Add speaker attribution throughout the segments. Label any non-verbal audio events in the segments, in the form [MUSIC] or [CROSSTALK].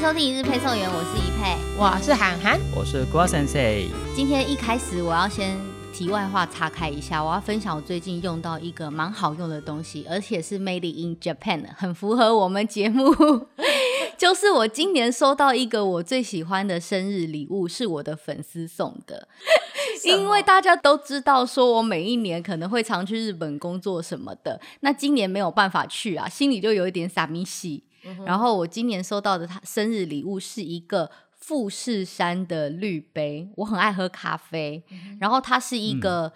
Speaker 1: 收听一日配送员，我是一佩。
Speaker 2: 我是涵涵，
Speaker 3: 我是 g u a Sensei。
Speaker 1: 今天一开始，我要先题外话岔开一下，我要分享我最近用到一个蛮好用的东西，而且是 Made in Japan，的很符合我们节目。 [LAUGHS] 就是我今年收到一个我最喜欢的生日礼物，是我的粉丝送的。因为大家都知道，说我每一年可能会常去日本工作什么的，那今年没有办法去啊，心里就有一点傻咪喜。然后我今年收到的他生日礼物是一个富士山的绿杯，我很爱喝咖啡，然后它是一个。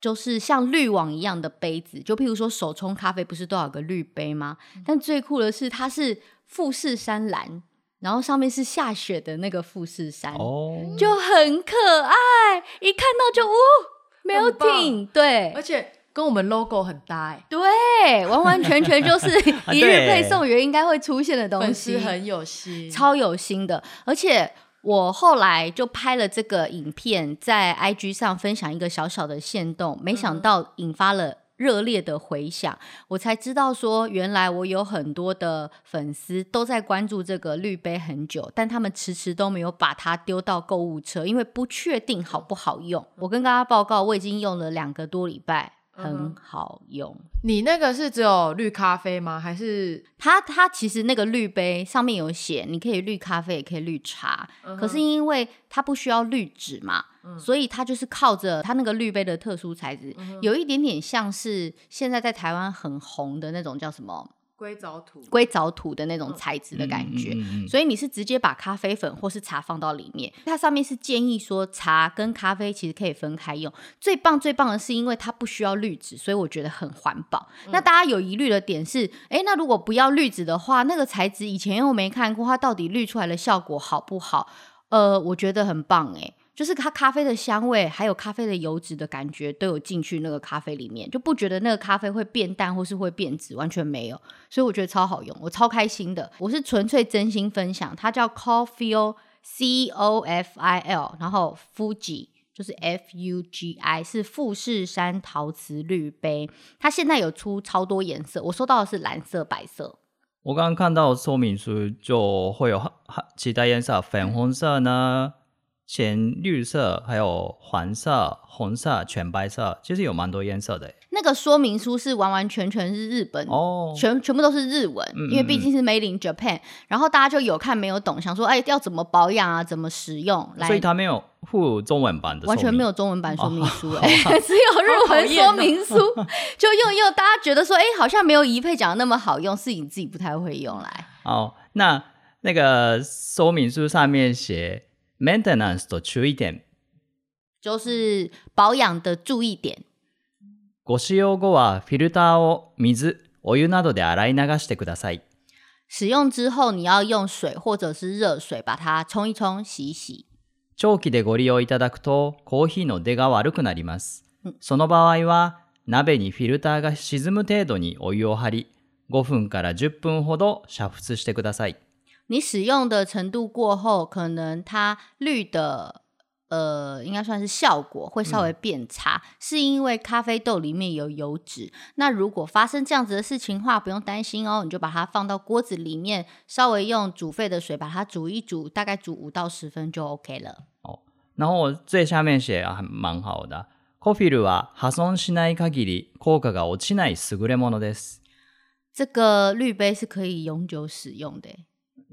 Speaker 1: 就是像滤网一样的杯子，就譬如说手冲咖啡不是都有个滤杯吗？但最酷的是它是富士山蓝，然后上面是下雪的那个富士山，
Speaker 3: 哦，
Speaker 1: 就很可爱，一看到就呜
Speaker 2: 很棒
Speaker 1: ，melting，对
Speaker 2: 而且跟我们 logo 很搭哎、
Speaker 1: 对，完完全全 [LAUGHS] 就是
Speaker 3: 啊
Speaker 1: 一日
Speaker 3: 对
Speaker 1: 配送员应该会出现的东
Speaker 2: 粉丝
Speaker 1: 西，
Speaker 2: 很有心，
Speaker 1: 超有心的。而且我后来就拍了这个影片，在 IG 上分享一个小小的限动，没
Speaker 2: 嗯
Speaker 1: 想到引发了。热烈的回响，我才知道说，原来我有很多的粉丝都在关注这个绿杯很久，但他们迟迟都没有把它丢到购物车，因为不确定好不好用。我跟大家报告，我已经用了两个多礼拜，很
Speaker 2: 嗯哼
Speaker 1: 好用。
Speaker 2: 你那个是只有绿咖啡吗？还是
Speaker 1: 它它其实那个滤杯上面有写，你可以滤咖啡，也可以滤茶。
Speaker 2: 嗯哼嗯
Speaker 1: 可是因为它不需要滤纸嘛，所以它就是靠着它那个滤杯的特殊材质，有一点点像是现在在台湾很红的那种叫什么
Speaker 2: 硅藻土？
Speaker 1: 硅藻土的那
Speaker 2: 嗯
Speaker 1: 种材质的感觉。
Speaker 3: 嗯嗯嗯嗯
Speaker 1: 所以你是直接把咖啡粉或是茶放到里面，它上面是建议说茶跟咖啡其实可以分开用。最棒最棒的是，因为它不需要滤纸，所以我觉得很环保。那大家有疑虑的点是，诶，那如果不要滤纸的话，那个材质以前又没看过，它到底滤出来的效果好不好？呃，我觉得很棒诶，就是它咖啡的香味，还有咖啡的油脂的感觉都有进去那个咖啡里面，就不觉得那个咖啡会变淡或是会变质，完全没有。所以我觉得超好用，我超开心的。我是纯粹真心分享，它叫 Coffeel C O F I L，然后 Fuji 就是 F U G I，是富士山陶瓷绿杯。它现在有出超多颜色，我收到的是蓝色、白色。
Speaker 3: 我刚刚看到说明书就会有哈哈几大颜色，粉红色呢，浅绿色，还有黄色、红色、全白色，其实有蛮多颜色的耶。
Speaker 1: 那个说明书是完完全全是日本
Speaker 3: 哦，
Speaker 1: 全全部都是日文，
Speaker 3: 嗯
Speaker 1: 因为毕竟是 Made in Japan，、然后大家就有看没有懂，想说哎要怎么保养啊，怎么使用，来
Speaker 3: 所以它没有附中文版的，
Speaker 1: 完全没。有中文版说明书、哎、 [LAUGHS] 只有日文说明书， [LAUGHS] 就用一用，大家觉得说哎好像没有怡佩讲的那么好用，是你自己不太会用来。
Speaker 3: 哦，那那个说明书上面写 maintenance 的注意点。
Speaker 1: 就是保养的注意点，
Speaker 3: ご使用後はフィルターを水、お湯などで洗い流してください。
Speaker 1: 使用之后你要用水或者是热水把它冲一冲、洗一洗。
Speaker 3: 長期でご利用いただくとコーヒーの出が悪くなります。その場合は鍋にフィルターが沈む程度にお湯を張り、5分から10分ほど煮沸してください。
Speaker 1: 你使用的程度过后，可能它滤的呃，应该算是效果会稍
Speaker 2: 嗯
Speaker 1: 微变差，是因为咖啡豆里面有油脂。那如果发生这样子的事情的话，不用担心哦，你就把它放到锅子里面，稍微用煮沸的水把它煮一煮，大概煮五到十分就 OK 了。
Speaker 3: 然后最下面写啊，蛮好的。コフィルは破損しない限り効果が落ちない優れものです。
Speaker 1: 这个滤杯是可以永久使用的，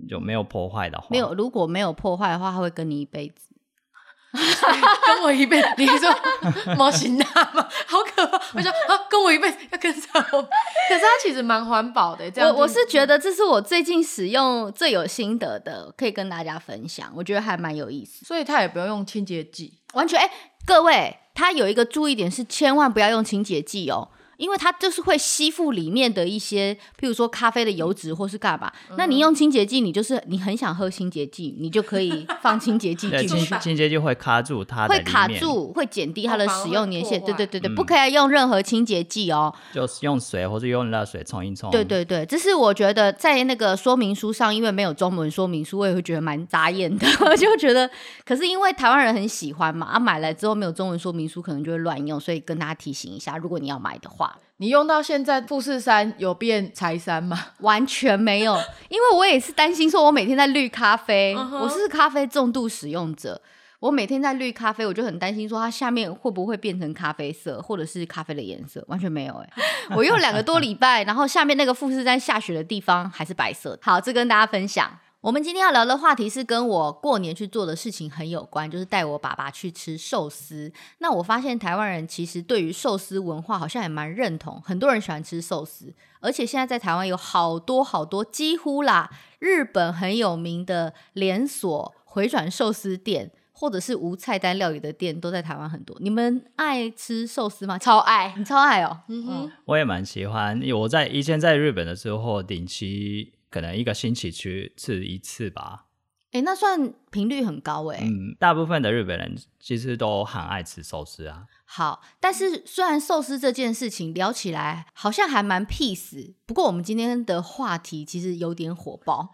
Speaker 3: 有没有破坏的话？
Speaker 1: 没有，如果没有破坏的话，它会跟你一辈子。
Speaker 2: [LAUGHS] 跟我一辈子，你 [LAUGHS] 说模型大吗？好可 [LAUGHS] 怕！我说啊，跟我一辈子要跟上我，可是它其实蛮环保的、欸这样
Speaker 1: 我
Speaker 2: 就嗯
Speaker 1: 我是觉得这是我最近使用最有心得的，可以跟大家分享，我觉得还蛮有意思。
Speaker 2: 所以它也不用用清洁剂，
Speaker 1: 完全哎、各位，它有一个注意点是，千万不要用清洁剂哦。因为它就是会吸附里面的一些，譬如说咖啡的油脂或是干嘛。
Speaker 2: 嗯
Speaker 1: 那你用清洁剂，你就是你很想喝清洁剂，你就可以放清洁剂
Speaker 3: [LAUGHS] 对，
Speaker 1: 进
Speaker 3: 清
Speaker 1: 去，
Speaker 3: 清洁就会卡住它的
Speaker 1: 会
Speaker 3: 里面，嗯
Speaker 1: 卡住，会减低它的使用年限。
Speaker 2: 哦
Speaker 1: 对对
Speaker 2: 反而会破坏
Speaker 1: 对对，不可以用任何清洁剂哦。
Speaker 3: 就是用水或者用热水冲一
Speaker 2: 哦
Speaker 3: 冲。
Speaker 1: 对对对，这是我觉得在那个说明书上，因为没有中文说明书，我也会觉得蛮扎眼的。 [LAUGHS] 我就觉得，可是因为台湾人很喜欢嘛，啊，买来之后没有中文说明书，可能就会乱用，所以跟大家提醒一下，如果你要买的话，话，
Speaker 2: 你用到现在富士山有变柴山吗？
Speaker 1: 完全没有，因为我也是担心说，我每天在绿咖啡
Speaker 2: 嗯哼
Speaker 1: 我是咖啡重度使用者，我每天在绿咖啡，我就很担心说它下面会不会变成咖啡色，或者是咖啡的颜色，完全没有哎、我用两个多礼拜，然后下面那个富士山下雪的地方还是白色的。好，这跟大家分享。我们今天要聊的话题是跟我过年去做的事情很有关，就是带我爸爸去吃寿司。那我发现台湾人其实对于寿司文化好像也蛮认同，很多人喜欢吃寿司，而且现在在台湾有好多好多，几乎啦，日本很有名的连锁回转寿司店。或者是无菜单料理的店都在台湾很多，你们爱吃寿司吗？超 [LAUGHS] 爱，你超爱哦！
Speaker 2: 嗯哼，
Speaker 3: 我也蛮喜欢。我在以前在日本的时候，定期可能一个星期去吃一次吧。
Speaker 1: 哎、那算频率很高哎、
Speaker 3: 嗯，大部分的日本人其实都很爱吃寿司啊。
Speaker 1: 好，但是虽然寿司这件事情聊起来好像还蛮 peace，不过我们今天的话题其实有点火
Speaker 3: [LAUGHS]
Speaker 1: 爆。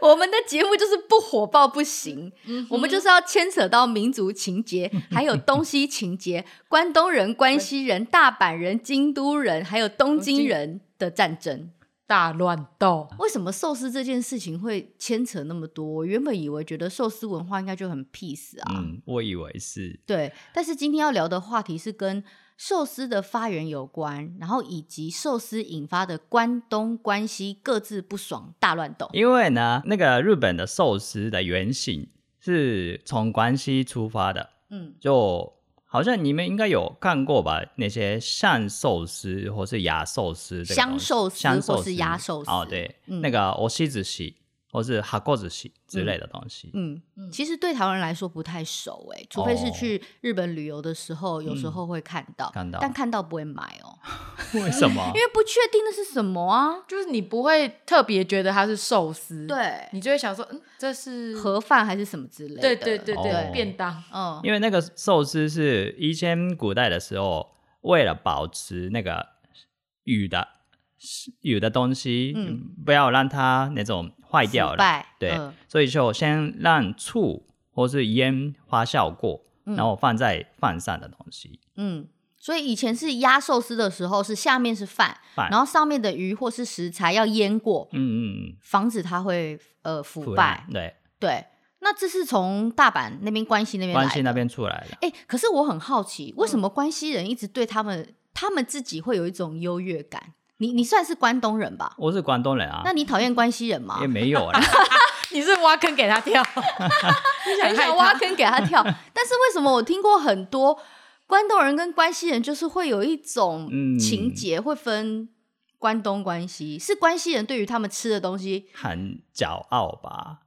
Speaker 1: 我们的节目就是不火爆不行，
Speaker 2: 嗯
Speaker 1: 我们就是要牵扯到民族情节，还有东西情节，关东人、关西人、大阪人、京都人，还有东京人的战争。
Speaker 2: 大乱斗。
Speaker 1: 为什么寿司这件事情会牵扯那么多？我原本以为觉得寿司文化应该就很 peace 啊，
Speaker 3: 嗯，我以为是。
Speaker 1: 对，但是今天要聊的话题是跟寿司的发源有关，然后以及寿司引发的关东关西各自不爽大乱斗。
Speaker 3: 因为呢，那个日本的寿司的原型是从关西出发的，
Speaker 1: 嗯，
Speaker 3: 就好像你们应该有看过吧？那些扇寿司或是牙寿司这个
Speaker 1: 香
Speaker 3: 东西、
Speaker 1: 寿司
Speaker 3: 香
Speaker 1: 或是鸭寿司
Speaker 3: 哦，对，
Speaker 1: 嗯
Speaker 3: 那个おし寿司或是箱寿司之类的东西。
Speaker 1: 嗯
Speaker 2: 嗯，
Speaker 1: 其实对台湾人来说不太熟哎、除非是
Speaker 3: 哦嗯
Speaker 1: 去日本旅游的时候，有时候会看到，
Speaker 3: 看到
Speaker 1: 但看到不会买哦、
Speaker 3: 为什么
Speaker 1: [LAUGHS] 因？为不确定那是什么啊。
Speaker 2: 就是你不会特别觉得它是寿司，，
Speaker 3: 嗯
Speaker 1: 对，
Speaker 2: 你就会想说，嗯，这是
Speaker 1: 盒饭还是什么之类的。
Speaker 2: 对对对对、
Speaker 3: 哦
Speaker 2: 便当， [LAUGHS]
Speaker 1: 嗯，
Speaker 3: 因为那个寿司是以前古代的时候，为了保持那个鱼的鱼的东西，
Speaker 1: 嗯
Speaker 3: 不要让它那种坏掉
Speaker 1: 腐
Speaker 3: 了，
Speaker 1: 败
Speaker 3: 对，
Speaker 1: 嗯
Speaker 3: 所以就先让醋或是烟发酵过，
Speaker 1: 嗯
Speaker 3: 然后放在饭上的东西。
Speaker 1: 嗯，所以以前是压寿司的时候，是下面是饭，
Speaker 3: 饭
Speaker 1: 然后上面的鱼或是食材要腌过，
Speaker 3: 嗯嗯
Speaker 1: 防止它会呃腐
Speaker 3: 嗯，
Speaker 1: 败。
Speaker 3: 腐烂
Speaker 1: 对，那这是从大阪那边关西那
Speaker 3: 对，
Speaker 1: 边来
Speaker 3: 关
Speaker 1: 的。
Speaker 3: 西嗯那边出来的。
Speaker 1: 哎、可是我很好奇，为什么关西人一直对他们、他们自己会有一种优越感？你你算是关东人吧？
Speaker 3: 我是广东人啊
Speaker 1: 那，你讨厌关西人吗
Speaker 3: 也？没有
Speaker 1: [LAUGHS]
Speaker 3: 啦。
Speaker 2: 你是挖坑给他跳， [LAUGHS] 你
Speaker 1: [LAUGHS]
Speaker 2: 想
Speaker 1: 很
Speaker 2: 害
Speaker 1: 想
Speaker 2: 他
Speaker 1: 挖坑给他跳，但是为什么我听过很多关东人跟关西人就是会有一种
Speaker 3: 嗯
Speaker 1: 情节会分关东关西，是关西人对于他们吃的东西
Speaker 3: 很骄傲吧？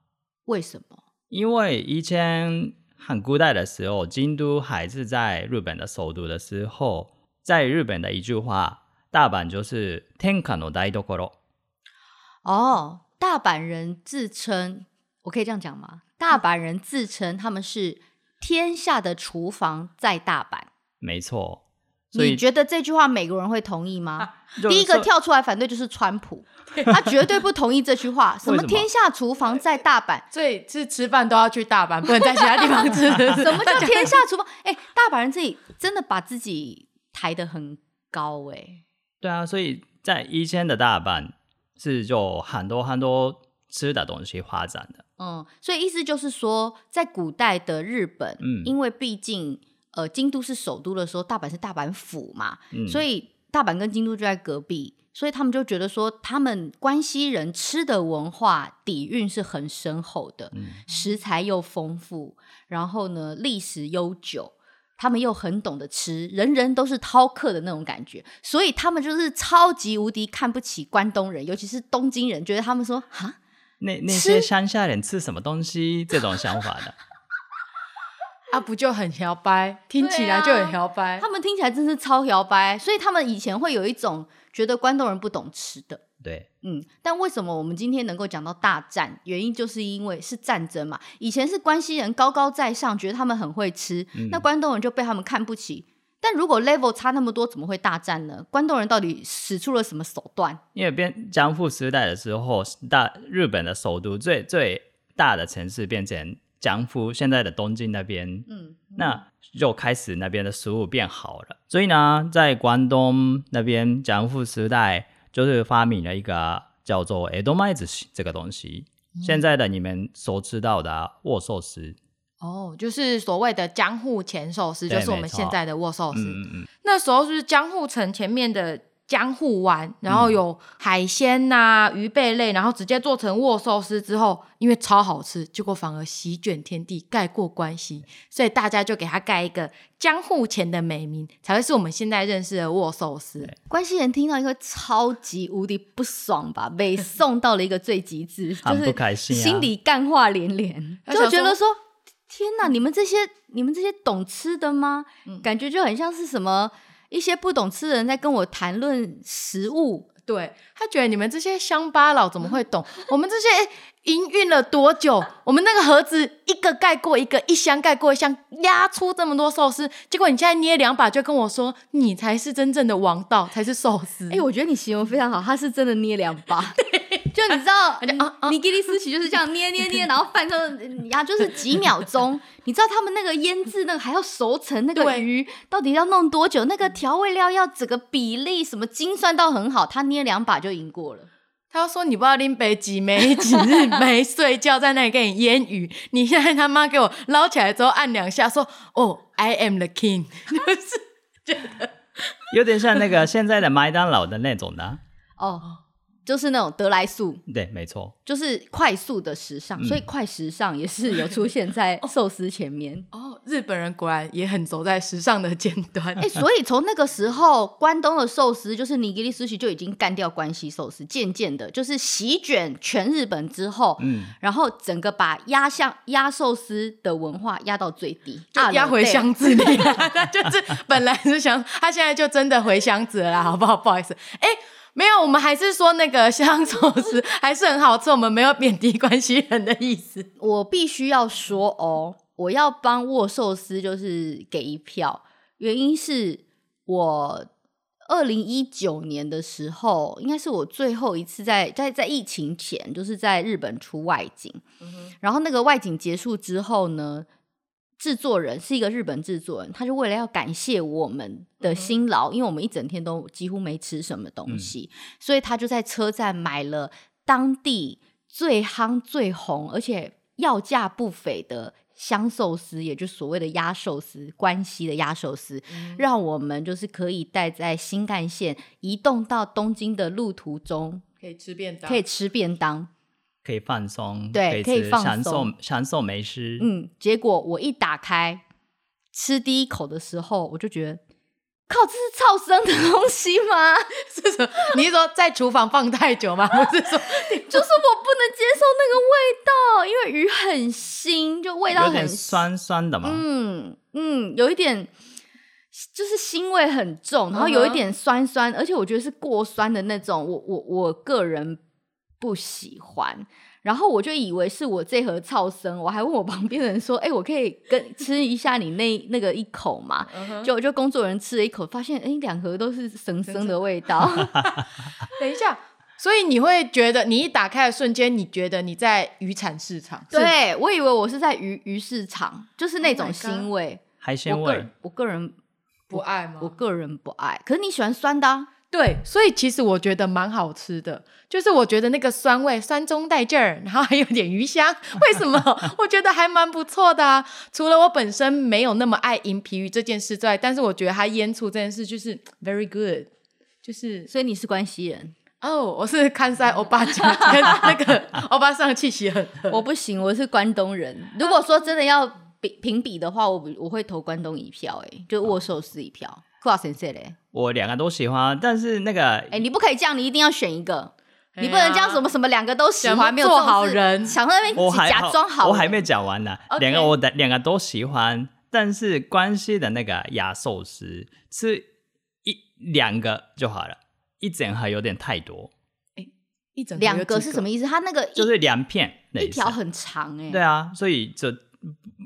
Speaker 1: 为什么？
Speaker 3: 因为以前很古代的时候，京都还是在日本的首都的时候，在日本的一句话，大阪就是天下の台所。
Speaker 1: 哦，大阪人自称，我可以这样讲吗？大阪人自称他们是天下的厨房在大阪，
Speaker 3: 没错，所以
Speaker 1: 你觉得这句话美国人会同意吗？
Speaker 3: 就
Speaker 1: 第一个
Speaker 3: 说
Speaker 1: 跳出来反对就是川普，他绝对不同意这句话。什
Speaker 3: 为
Speaker 1: 么
Speaker 3: 什么
Speaker 1: 天下厨房在大阪？
Speaker 2: 所以是吃饭都要去大阪，不能在其他地方吃。 [LAUGHS] 什
Speaker 1: 什么叫天下厨房？哎、大阪人自己真的把自己抬得很高哎、
Speaker 3: 对啊，所以在以前的大阪是就很多很多吃的东西发展的，
Speaker 1: 嗯，所以意思就是说，在古代的日本，
Speaker 3: 嗯
Speaker 1: 因为毕竟呃京都是首都的时候，大阪是大阪府嘛，
Speaker 3: 嗯，
Speaker 1: 所
Speaker 3: 以
Speaker 1: 以大阪跟京都就在隔壁，所以他们就觉得说，他们关西人吃的文化底蕴是很深厚的，
Speaker 3: 嗯
Speaker 1: 食材又丰富，然后呢历史悠久。他们又很懂得吃，人人都是饕客的那种感觉，所以他们就是超级无敌看不起关东人，尤其是东京人，觉得他们说哈
Speaker 3: 那那些乡下人吃什么东西这种想法的，
Speaker 2: 啊，不就很摇摆？听起来就很摇摆。
Speaker 1: 他们听起来真是超摇摆，所以他们以前会有一种觉得关东人不懂吃的。
Speaker 3: 对，
Speaker 1: 嗯，但为什么我们今天能够讲到大战？原因就是因为是战争嘛。以前是关西人高高在上，觉得他们很会吃，
Speaker 3: 嗯
Speaker 1: 那关东人就被他们看不起。但如果 level 差那么多，怎么会大战呢？关东人到底使出了什么手段？
Speaker 3: 因为变江户时代的时候，大日本的首都最最大的城市变成江户，现在的东京那边，
Speaker 1: 嗯，
Speaker 3: 那就开始那边的食物变好了。所以呢，在关东那边江户时代就是发明了一个叫做江戸前寿司这个东西，
Speaker 1: 嗯
Speaker 3: 现在的你们所知道的握寿司。
Speaker 2: 哦，就是所谓的江户前寿司，
Speaker 3: 对
Speaker 2: 就是我们
Speaker 3: 没错
Speaker 2: 现在的握寿司。
Speaker 3: 嗯嗯嗯，
Speaker 2: 那时候就是江户城前面的江户湾，然后有海鲜呐、鱼贝类，然后直接做成握寿司之后，因为超好吃，结果反而席卷天地，盖过关西，所以大家就给它盖一个江户前的美名，才会是我们现在认识的握寿司。
Speaker 1: 关系人听到应该超级无敌不爽吧，被送到了一个最极致，就
Speaker 3: [LAUGHS] 很不
Speaker 1: 是
Speaker 3: 开心啊
Speaker 1: 心里干话连连，
Speaker 2: 他
Speaker 1: 就
Speaker 2: 想
Speaker 1: 觉得
Speaker 2: 说
Speaker 1: 说。天哪！你们这些你们这些懂吃的吗？
Speaker 2: 嗯
Speaker 1: 感觉就很像是什么一些不懂吃的人在跟我谈论食物，
Speaker 2: 对他觉得你们这些乡巴佬怎么会懂？我们这些营运了多久？我们那个盒子一个盖过一个，一箱盖过一箱，压出这么多寿司，结果你现在捏两把就跟我说，你才是真正的王道，才是寿司。
Speaker 1: 哎、我觉得你形容非常好，他是真的捏两把，
Speaker 2: [LAUGHS]
Speaker 1: 就你知道，
Speaker 2: 啊啊
Speaker 1: 尼基利斯奇就是这样捏捏
Speaker 2: [LAUGHS]
Speaker 1: 捏，然后饭就呀，就是几秒钟。你知道他们那个腌制那个还要熟成那个
Speaker 2: 对
Speaker 1: 鱼，到底要弄多久？那个调味料要整个比例什么精算到很好，他捏两把就赢过了。
Speaker 2: 他说你不知道林北几没几日没睡觉，在那里跟你腌鱼，你现在他妈给我捞起来之后按两下说，哦，I am the king，就是
Speaker 3: 有点像那个现在的麦当劳的那种的啊。
Speaker 1: 哦，就是那种得来速，
Speaker 3: 对，没错。
Speaker 1: 就是快速的时
Speaker 2: 嗯
Speaker 1: 尚，所以快时尚也是有出现
Speaker 2: [LAUGHS]
Speaker 1: 在寿司前面。
Speaker 2: 哦，日本人果然也很走在时尚的尖端。
Speaker 1: 哎、所以从那个时候，关东的寿司就是尼基利寿司就已经干掉关西寿司，渐渐的，就是席卷全日本之后，
Speaker 3: 嗯，
Speaker 1: 然后整个把压向压寿司的文化压到最低，
Speaker 2: 就
Speaker 1: 啊
Speaker 2: 压回。
Speaker 1: 对
Speaker 2: 箱子里啊了。 [LAUGHS] 他就是本来是想，他现在就真的回箱子了啦，好不好？不好意思，哎、没有，我们还是说那个香寿司还是很好吃，我们没有贬低关系人的意思。
Speaker 1: 我必须要说哦，我要帮握寿司就是给一票，原因是我二零一九年的时候，应该是我最后一次在在在疫情前，就是在日本出外景，
Speaker 2: 嗯
Speaker 1: 然后那个外景结束之后呢。制作人是一个日本制作人，他就为了要感谢我们的辛劳，因为我们一整天都几乎没吃什么东西，所以他就在车站买了当地最夯、最红，而且要价不菲的香寿司，也就是所谓的鸭寿司，关西的鸭寿司，让我们就是可以带在新干线移动到东京的路途中，
Speaker 2: 可以吃便当
Speaker 1: 可以吃便当。
Speaker 3: 可以放松，
Speaker 1: 对
Speaker 3: 可
Speaker 1: 可
Speaker 3: 以
Speaker 1: 以
Speaker 3: 吃
Speaker 1: 放
Speaker 3: 享
Speaker 1: 松
Speaker 3: 受享受美食。
Speaker 1: 嗯，结果我一打开吃第一口的时候，我就觉得。靠，这是超生的东西吗？ [LAUGHS]
Speaker 2: 是什么？你是说在厨房放太久吗？ [LAUGHS] 不是
Speaker 1: 就
Speaker 2: 说
Speaker 1: 是我不能接受那个味道，因为鱼很腥，就味道
Speaker 3: 有
Speaker 1: 很
Speaker 3: 点酸酸的嘛。
Speaker 1: 嗯嗯，有一点就是腥味很重，然后有一
Speaker 2: 嗯哼
Speaker 1: 点酸酸，而且我觉得是过酸的那种，我我我个人不喜欢。然后我就以为是我这盒超生，我还问我旁边的人说：“哎、我可以跟吃一下你那那个一口吗？”
Speaker 2: 嗯
Speaker 1: 就就工作人员吃了一口，发现哎，两盒都是生生的 [LAUGHS] 味道。
Speaker 2: 等一下。所以你会觉得，你一打开的瞬间，你觉得你在渔产市场，是
Speaker 1: 对我以为我是在鱼鱼市场，就是那
Speaker 2: Oh
Speaker 1: 种
Speaker 2: my
Speaker 1: 腥
Speaker 2: God
Speaker 1: 味。
Speaker 3: 海鲜
Speaker 1: 我个
Speaker 3: 味
Speaker 1: 人，我个人
Speaker 2: 不爱吗
Speaker 1: 我个人不爱，可是你喜欢酸的、啊。
Speaker 2: 对，所以其实我觉得蛮好吃的，就是我觉得那个酸味酸中带劲儿，然后还有点鱼香，为什么？ [LAUGHS] 我觉得还蛮不错的啊。除了我本身没有那么爱银皮鱼这件事之外，但是我觉得它腌醋这件事就是 very good，就是
Speaker 1: 所以你是关西人，
Speaker 2: 哦，我是看塞欧巴酱跟那个欧巴桑气息很合。
Speaker 1: 我不行，我是关东人。如果说真的要比评比的话，我不我会投关东一票、欸，哎，就握寿司一票。哇先生嘞，
Speaker 3: 我两个都喜欢，但是那个
Speaker 1: 哎、你不可以这样，你一定要选一个，
Speaker 2: 哎呀
Speaker 1: 你不能这样什么什么两个都喜
Speaker 2: 想
Speaker 1: 欢，
Speaker 2: 要
Speaker 1: 没有
Speaker 2: 做
Speaker 1: 这种
Speaker 2: 好
Speaker 1: 事
Speaker 2: 人
Speaker 1: 想在那边
Speaker 3: 我还
Speaker 1: 假装好人
Speaker 3: 我还没讲完呢。
Speaker 2: OK
Speaker 3: 两个我的两个都喜欢，但是关西的那个鸭寿司吃一两个就好了，一整盒有点太多，
Speaker 2: 一整
Speaker 1: 两个是什
Speaker 2: 么？
Speaker 1: 么意思？他那个一、
Speaker 3: 就是两片的
Speaker 1: 一
Speaker 3: 意思
Speaker 1: 条很长、欸，哎，
Speaker 3: 对啊，所以这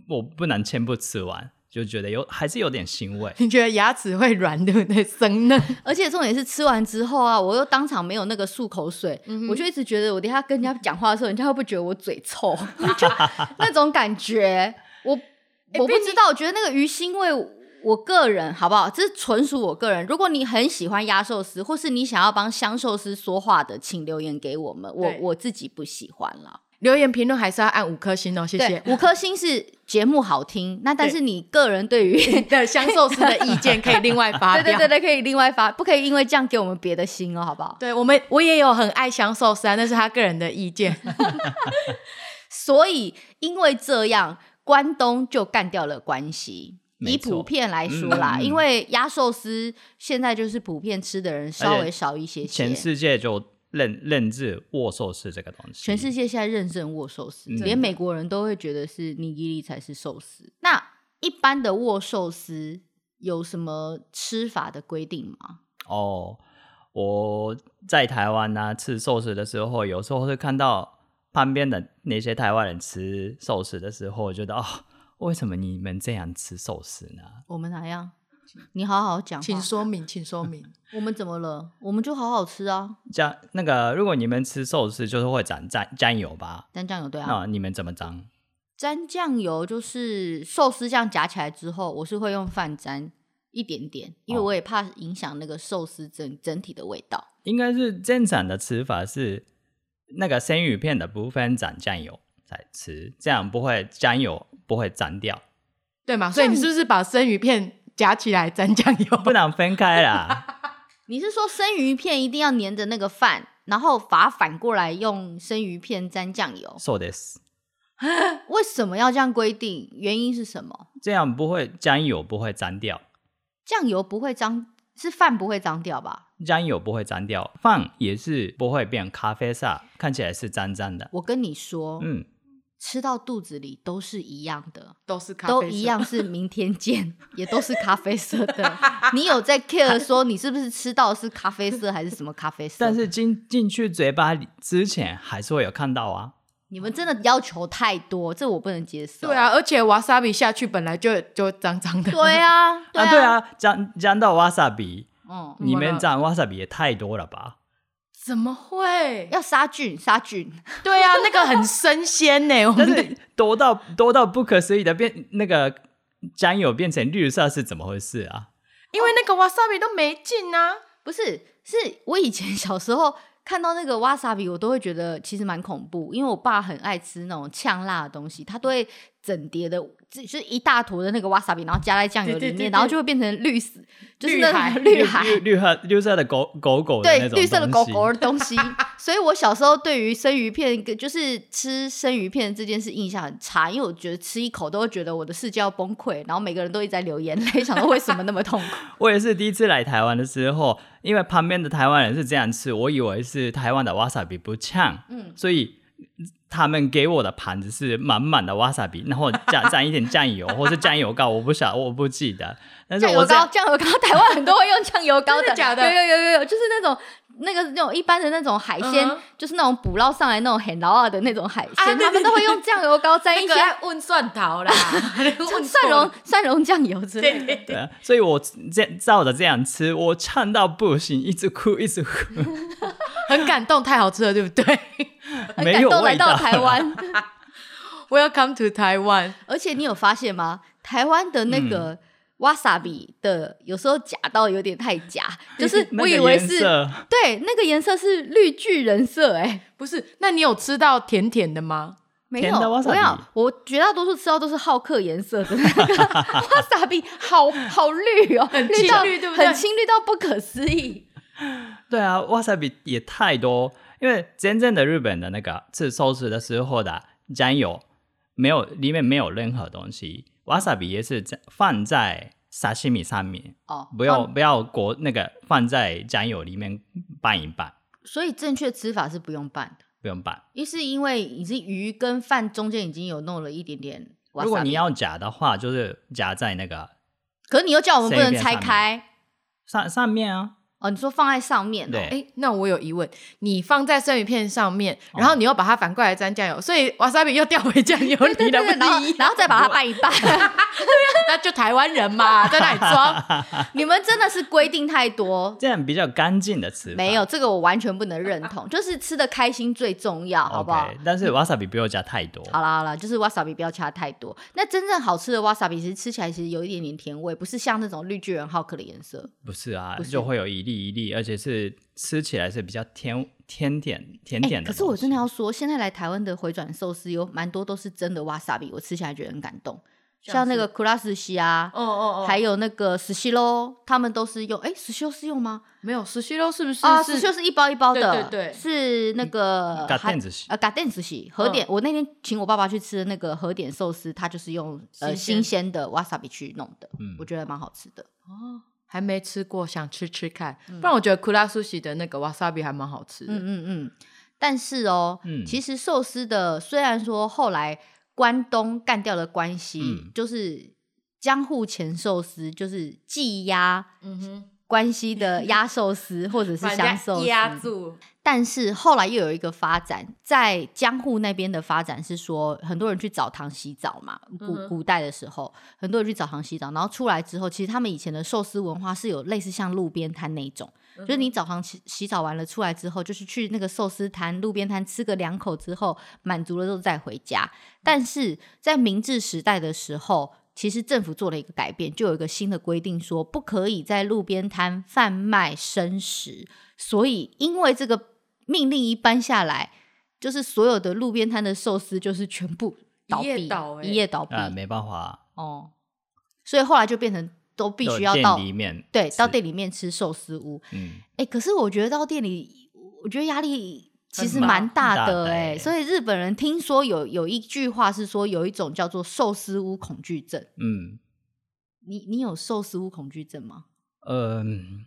Speaker 3: 我不能全部吃完，就觉得有还是有点腥味。
Speaker 2: [LAUGHS] 你觉得牙齿会软对不对？生嫩。
Speaker 1: 而且重点是吃完之后啊，我又当场没有那个漱口水，我就一直觉得我等一下跟人 [LAUGHS]
Speaker 3: [LAUGHS]
Speaker 1: 欸家讲话的时候，人家会不会觉得我嘴臭，就那种感觉，我我不知道，我觉得那个鱼腥味，我个人好不好？这是纯属我个人。如果你很喜欢鸭寿司，或是你想要帮香寿司说话的，请留言给我们。我
Speaker 2: 对
Speaker 1: 我自己不喜欢了。
Speaker 2: 留言评论还是要按五颗星哦，谢
Speaker 1: 对
Speaker 2: 谢，。
Speaker 1: 五颗星是节目好听，那但是你个人 [LAUGHS] 对于
Speaker 2: 你 [LAUGHS] 的香寿司的意见可以另外发
Speaker 1: [LAUGHS] 对
Speaker 2: 表。
Speaker 1: 对对对，可以另外发，不可以因为这样给我们别的星哦，好不好？
Speaker 2: 对我们我也有很爱香寿司啊，那是他个人的意见。
Speaker 1: 所以因为这样，关东就干掉了关西。以
Speaker 3: 没错
Speaker 1: 普遍来说啦，
Speaker 3: 嗯嗯嗯
Speaker 1: 因为鸭寿司现在就是普遍吃的人稍微少一些些。
Speaker 3: 全世界就认认知握寿司这个东西，
Speaker 1: 全世界现在认证握寿司，
Speaker 3: 嗯
Speaker 1: 连美国人都会觉得是尼基利才是寿司。那一般的握寿司有什么吃法的规定吗？
Speaker 3: 哦，我在台湾呢、吃寿司的时候，有时候会看到旁边的那些台湾人吃寿司的时候，我觉得哦，为什么你们这样吃寿司呢？
Speaker 1: 我们哪样？你好好讲话。
Speaker 2: 请说明，请说明。
Speaker 1: 我们怎么了？我们就好好吃啊，
Speaker 3: 这样那个，如果你们吃寿司，就是会沾沾沾油吧？
Speaker 1: 沾酱油对啊，
Speaker 3: 那你们怎么沾？
Speaker 1: 沾酱油就是寿司酱夹起来之后，我是会用饭沾一点点，因为
Speaker 3: 哦
Speaker 1: 我也怕影响那个寿司整整体的味道。
Speaker 3: 应该是正常的吃法是那个生鱼片的部分沾酱油再吃，这样不会酱油不会沾掉，
Speaker 2: [LAUGHS] 对嘛？所以你是不是把生鱼片夹起来沾酱油？
Speaker 3: 不能分开啦。
Speaker 1: 你是说生鱼片一定要粘着那个饭，然后把它反过来用生鱼片沾酱油？
Speaker 3: そうです。
Speaker 1: 为什么要这样规定？原因是什么？
Speaker 3: 这样不会酱油不会沾掉。
Speaker 1: 酱油不会脏，是饭不会脏掉吧？
Speaker 3: 酱油不会沾掉，饭也是不会变咖啡色，看起来是脏脏的。
Speaker 1: 我跟你说，
Speaker 3: 嗯，
Speaker 1: 吃到肚子里都是一样的，
Speaker 2: 都是咖啡色
Speaker 1: 都一。样是明天见， [LAUGHS] 也都是咖啡色
Speaker 2: [LAUGHS]
Speaker 1: 的。你有在 care 说你是不是吃到的是咖啡色还是什么咖啡色？
Speaker 3: 但是进进去嘴巴里之前还是会有看到啊。
Speaker 1: 你们真的要求太多，这我不能接受。
Speaker 2: 对，啊，而且 wasabi 下去本来就就脏脏
Speaker 1: [LAUGHS]
Speaker 2: 的。
Speaker 1: 对啊，对
Speaker 3: 对啊，沾沾到 wasabi，
Speaker 1: 嗯，
Speaker 2: 嗯
Speaker 3: 你们沾 wasabi 也太多了
Speaker 1: [LAUGHS]
Speaker 3: 吧？
Speaker 2: [LAUGHS] 怎么会？
Speaker 1: 要杀菌杀菌。
Speaker 2: 对啊，那个很生鲜呢、我
Speaker 3: 但
Speaker 2: 们的
Speaker 3: 是多到多到不可思议的变那个酱油变成绿色是怎么回事啊？
Speaker 2: [LAUGHS] 因为那个 wasabi 都没劲啊。
Speaker 1: 不是，是我以前小时候看到那个瓦萨比，我都会觉得其实蛮恐怖，因为我爸很爱吃那种呛辣的东西，他都会整碟的，就就是一大坨的那个瓦萨比，然后加在酱油里
Speaker 2: 对对对
Speaker 1: 面，
Speaker 2: 对
Speaker 1: 然后就会变成绿色，就是
Speaker 2: 绿
Speaker 1: 那
Speaker 2: 海
Speaker 1: 种绿海。
Speaker 3: 绿绿色绿色的狗狗狗的
Speaker 1: 对
Speaker 3: 那种
Speaker 1: 绿色的狗
Speaker 3: 东西
Speaker 1: 狗的东西，所以我小时候对于生鱼片，就是吃生鱼片这件事印象很差，因为我觉得吃一口都会觉得我的世界要崩溃，然后每个人都一直在流眼泪，想说为什么那么痛
Speaker 2: [LAUGHS]
Speaker 1: 苦？
Speaker 3: 我也是第一次来台湾的时候，因为旁边的台湾人是这样吃，我以为是台湾的 wasabi 不呛，
Speaker 1: 嗯
Speaker 3: 所以他们给我的盘子是满满的 wasabi，然后加沾一点酱油或是酱油膏，我不想我不
Speaker 1: [LAUGHS]
Speaker 3: 记得，但是
Speaker 1: 酱
Speaker 3: 我
Speaker 1: 油
Speaker 3: 这
Speaker 1: 膏，酱油膏，台湾很多会用酱油膏
Speaker 2: 真的假的
Speaker 1: 有有有有有，就是那种那个那种一般的那种海鲜
Speaker 2: 嗯哼
Speaker 1: 就是那种捕捞上来那种很老二的那种海鲜
Speaker 2: 啊对对
Speaker 1: 他们都会用酱油膏沾一
Speaker 2: 那
Speaker 1: 些
Speaker 2: 个啊要问蒜头啦，问
Speaker 1: 蒜蓉蒜蓉酱油之类的。
Speaker 2: 对对对，
Speaker 3: 对啊，所以我这照着这样吃，我呛到不行，一直哭一直哭，
Speaker 2: [LAUGHS] 很感动，太好吃了，对不 [LAUGHS] 对
Speaker 1: 很
Speaker 3: 没
Speaker 1: 感
Speaker 3: 有
Speaker 1: 动来
Speaker 3: 味
Speaker 1: 到
Speaker 3: 道。
Speaker 1: 台
Speaker 2: [LAUGHS]
Speaker 1: 湾，
Speaker 2: ？Welcome to Taiwan。
Speaker 1: 而且你有发现吗？台湾的那
Speaker 3: 嗯
Speaker 1: 个 wasabi 的有时候假到有点太假，
Speaker 3: [LAUGHS]
Speaker 1: 就是
Speaker 3: 那
Speaker 1: 我
Speaker 3: 个
Speaker 1: 以为
Speaker 3: 颜
Speaker 1: 是
Speaker 3: 色
Speaker 1: 对那个颜色是绿巨人色哎、
Speaker 2: 不是，那你有吃到甜甜的吗？
Speaker 1: 没
Speaker 3: 甜
Speaker 1: 有，
Speaker 3: 的
Speaker 1: 我
Speaker 3: wasabi
Speaker 1: 要我绝大多数吃到都是好客颜色
Speaker 3: [LAUGHS]
Speaker 1: 的 [LAUGHS] 那个 wasabi，好好绿哦，很
Speaker 2: 清
Speaker 1: 到
Speaker 2: 绿对不对
Speaker 1: 很清绿到不可思议。
Speaker 3: 对啊，wasabi 也太多，因为真正的日本的那个吃寿司的时候的酱油没有里面没有任何东西，wasabi 也是在放在沙西米上面，
Speaker 1: 哦，
Speaker 3: 不要、
Speaker 1: 放
Speaker 3: 不要裹那个放在酱油里面拌一拌，
Speaker 1: 所以正确吃法是不用拌的，
Speaker 3: 不用拌。
Speaker 1: 一是因为你是鱼跟饭中间已经有弄了一点点 wasabi，
Speaker 3: 如果你要夹的话，就是夹在那个
Speaker 1: 可是你又叫我们不能拆
Speaker 3: 生鱼片上
Speaker 1: 开
Speaker 3: 上上面啊，
Speaker 1: 哦，你说放在上面、哦，
Speaker 3: 对
Speaker 2: 哎，那我有疑问，你放在生鱼片上面，然后你又把它反过来沾酱油，所以瓦萨比又掉回酱油 [LAUGHS]
Speaker 1: 对
Speaker 2: 里了，
Speaker 1: 对对，
Speaker 2: 不
Speaker 1: 然后
Speaker 2: 是一样
Speaker 1: 然后再把它拌一啊拌。
Speaker 2: 那就台湾人嘛，在那里装。
Speaker 1: 你们真的是规定太多，
Speaker 3: 这样比较干净的吃法。
Speaker 1: 没有这个我完全不能认同， [LAUGHS] 就是吃的开心最重要，好不好
Speaker 3: OK，但是わさび不要加太多。
Speaker 1: 好啦好啦，就是 wasabi 不要加太多。那真正好吃的 wasabi 其实吃起来其实有一点点甜味，不是像那种绿巨人浩克的颜色。
Speaker 3: 不是啊，
Speaker 1: 不是
Speaker 3: 就会有一粒一粒，而且是吃起来是比较甜甜点甜
Speaker 1: 哎、
Speaker 3: 点的、
Speaker 1: 可是我真的要说，现在来台湾的回转寿司有蛮多都是真的 wasabi，我吃起来觉得很感动。
Speaker 2: 像
Speaker 1: 像那
Speaker 2: 是
Speaker 1: 个 kurasushi 啊，
Speaker 2: 哦哦哦，
Speaker 1: 还
Speaker 2: 还
Speaker 1: 有那个寿司喽，他们都是用哎寿司是用吗？
Speaker 2: 没有寿司肉是不是？
Speaker 1: 啊，寿
Speaker 2: 是
Speaker 1: 司是一包一包的，
Speaker 2: 对对对嗯
Speaker 1: 是那个
Speaker 3: ガテ
Speaker 1: 还
Speaker 3: ン寿司
Speaker 1: 呃，嘎店寿司和点，我那天请我爸爸去吃的那个和点寿司，它就是用呃
Speaker 2: 新鲜
Speaker 1: 新鲜的 wasabi 去弄的，
Speaker 3: 嗯
Speaker 1: 我觉得蛮好吃的。
Speaker 2: 哦，还没吃过，想吃吃看。不然我觉得库拉苏西的那个瓦萨比还蛮好吃的。
Speaker 1: 嗯嗯嗯。但是哦，
Speaker 3: 嗯
Speaker 1: 其实寿司的虽然说后来关东干掉了关西，
Speaker 3: 嗯
Speaker 1: 就是江户前寿司，就是寄压
Speaker 2: 嗯哼，
Speaker 1: 关西的压寿司或
Speaker 2: [LAUGHS]
Speaker 1: 者是香寿司，
Speaker 2: 住。
Speaker 1: 但是后来又有一个发展，在江户那边的发展是说，很多人去澡堂洗澡嘛，古
Speaker 2: 嗯哼
Speaker 1: 古代的时候，很多人去澡堂洗澡，然后出来之后，其实他们以前的寿司文化是有类似像路边摊那种，
Speaker 2: 嗯
Speaker 1: 就是你澡堂洗洗澡完了出来之后，就是去那个寿司摊、路边摊吃个两口之后，满足了之后再回家。但是在明治时代的时候。其实政府做了一个改变，就有一个新的规定说，不可以在路边摊贩卖生食。所以，因为这个命令一搬下来，就是所有的路边摊的寿司就是全部倒
Speaker 2: 一夜
Speaker 1: 闭，
Speaker 2: 倒欸
Speaker 1: 一夜倒闭、
Speaker 3: 啊、没办法，
Speaker 1: 哦。所以后来就变成都必须要
Speaker 3: 就
Speaker 1: 到
Speaker 3: 店里面
Speaker 1: 对到
Speaker 3: 吃
Speaker 1: 店里面吃寿司屋。
Speaker 3: 嗯
Speaker 1: 哎、可是我觉得到店里，我觉得压力其实
Speaker 3: 很
Speaker 1: 蛮大
Speaker 3: 大
Speaker 1: 的
Speaker 3: 的
Speaker 1: 哎、
Speaker 3: 欸
Speaker 1: 所以日本人听说有有一句话是说有一种叫做寿司屋恐惧症。
Speaker 3: 嗯
Speaker 1: 你你有寿司屋恐惧症吗？
Speaker 3: 嗯，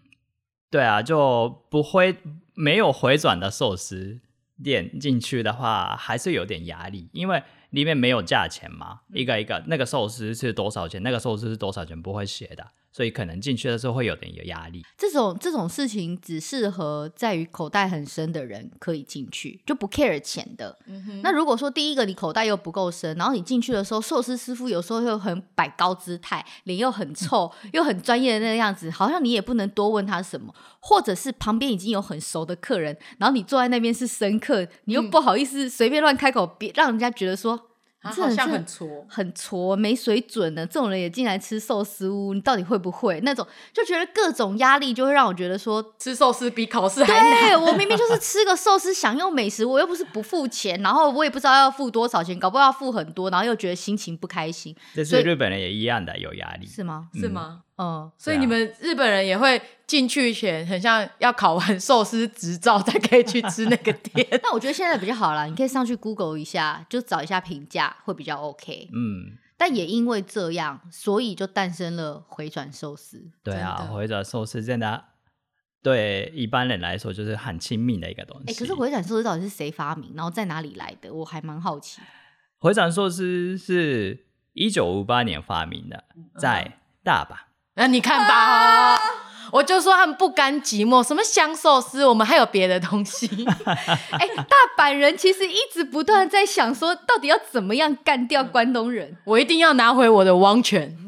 Speaker 3: 对啊，就不会没有回转的寿司店进去的话，还是有点压力，因为里面没有价钱嘛，
Speaker 1: 嗯
Speaker 3: 一个一个那个寿司是多少钱，那个寿司是多少钱不会写的，所以可能进去的时候会有点有压力。
Speaker 1: 这种这种事情只适合在于口袋很深的人可以进去，就不 care 钱的。
Speaker 2: 嗯哼，
Speaker 1: 那如果说第一个你口袋又不够深，然后你进去的时候，寿司师傅有时候又很摆高姿态，脸又很
Speaker 2: [LAUGHS]
Speaker 1: 臭，又很专业的那个样子，好像你也不能多问他什么，或者是旁边已经有很熟的客人，然后你坐在那边是生客，你
Speaker 2: 嗯
Speaker 1: 又不好意思随便乱开口，别让人家觉得说
Speaker 2: 啊
Speaker 1: 这人是
Speaker 2: 挫。
Speaker 1: 很挫、没水准的这种人也进来吃寿司屋，你到底会不会？那种就觉得各种压力就会让我觉得说。
Speaker 2: 吃寿司比考试还难。
Speaker 1: 对我明明就是吃个寿司享用美食，我又不是不付钱，然后我也不知道要付多少钱，搞不好要付很多，然后又觉得心情不开心，
Speaker 3: 这
Speaker 1: 所
Speaker 3: 是
Speaker 1: 以
Speaker 3: 日本人也一样的有压力，
Speaker 1: 是吗？
Speaker 2: 是吗？
Speaker 1: 嗯，。
Speaker 2: 所以你们日本人也会进去前，很像要考完寿司执照才可以去吃那个店
Speaker 1: 但我觉得现在比较好啦，你可以上去 Google 一下，就找一下评价会比较 OK。
Speaker 3: 嗯。
Speaker 1: 但也因为这样，所以就诞生了回转寿司。
Speaker 3: 对
Speaker 2: 真
Speaker 3: 啊，
Speaker 2: 的
Speaker 3: 回转寿司真的啊对一般人来说就是很亲密的一个东西。
Speaker 1: 哎、可是回转寿司到底是谁发明，然后在哪里来的？我还蛮好奇。
Speaker 3: 回转寿司是一九五八年发明的，
Speaker 1: 嗯
Speaker 3: 在大阪。
Speaker 2: 那你看吧、哦，我就说他们不甘寂寞，什么香寿司，我们还有别的东西。 [LAUGHS]
Speaker 1: [LAUGHS] 哎、大阪人其实一直不断在想说，到底要怎么样干掉关东人？
Speaker 2: 我一定要拿回我的王权。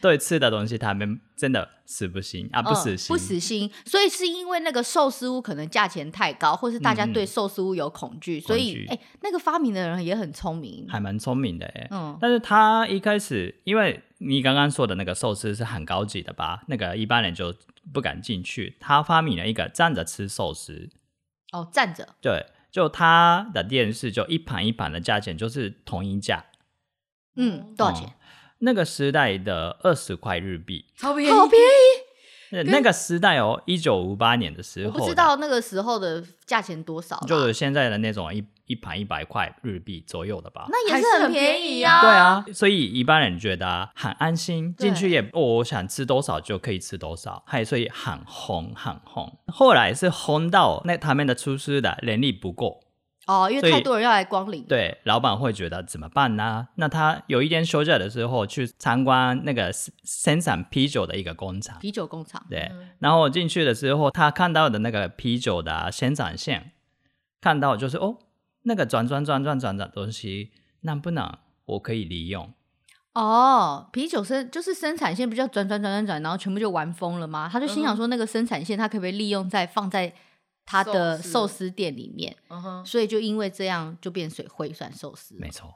Speaker 3: 对吃的东西，他们真的死不行啊，不死
Speaker 1: 哦
Speaker 3: 心，
Speaker 1: 不死心。所以是因为那个寿司屋可能价钱太高，或是大家
Speaker 3: 嗯嗯
Speaker 1: 对寿司屋有恐惧，所以
Speaker 3: 恐惧
Speaker 1: 哎、那个发明的人也很聪明。
Speaker 3: 还蛮聪明的哎。
Speaker 1: 嗯
Speaker 3: 但是他一开始，因为你刚刚说的那个寿司是很高级的吧，那个一般人就不敢进去。他发明了一个站着吃寿司，
Speaker 1: 哦，站着
Speaker 3: 对，就他的店是就一盘一盘的价钱就是同一价，
Speaker 1: 嗯，多少钱？
Speaker 3: 哦那个时代的二十块日币，
Speaker 2: 超便
Speaker 1: 好便宜！
Speaker 3: 那那个时代哦，一九五八年的时
Speaker 1: 我
Speaker 3: 候的，
Speaker 1: 不知道那个时候的价钱多少啦，
Speaker 3: 就是现在的那种一一盘一百块日币左右的吧。
Speaker 1: 那也
Speaker 2: 还是
Speaker 1: 是
Speaker 2: 很
Speaker 1: 很
Speaker 2: 便
Speaker 1: 便宜
Speaker 2: 宜
Speaker 1: 啊。
Speaker 3: 对，啊，所以一般人觉得啊很安心，
Speaker 1: 对
Speaker 3: 进去也哦，我想吃多少就可以吃多少，还所以很红很红。后来是红到那他们的厨师的能力不够，
Speaker 1: 哦，因为
Speaker 3: 所以
Speaker 1: 太多人要来光临，
Speaker 3: 对，老板会觉得怎么办呢？那他有一天休假的时候去参观那个生产啤酒的一个工厂，
Speaker 1: 啤酒工厂，
Speaker 3: 对，然后我进去的时候，他看到的那个啤酒的啊生产线，看到就是哦，那个转转转转转转东西，能不能我可以利用？
Speaker 1: 哦，啤酒生就是生产线不叫转转转转转，然后全部就玩疯了吗？他
Speaker 2: 嗯
Speaker 1: 就心想说，那个生产线它可不可以利用在放在他的
Speaker 2: 寿司
Speaker 1: 寿司店里面？
Speaker 2: 嗯哼，
Speaker 1: 所以就因为这样就变水回转寿司，
Speaker 3: 没错，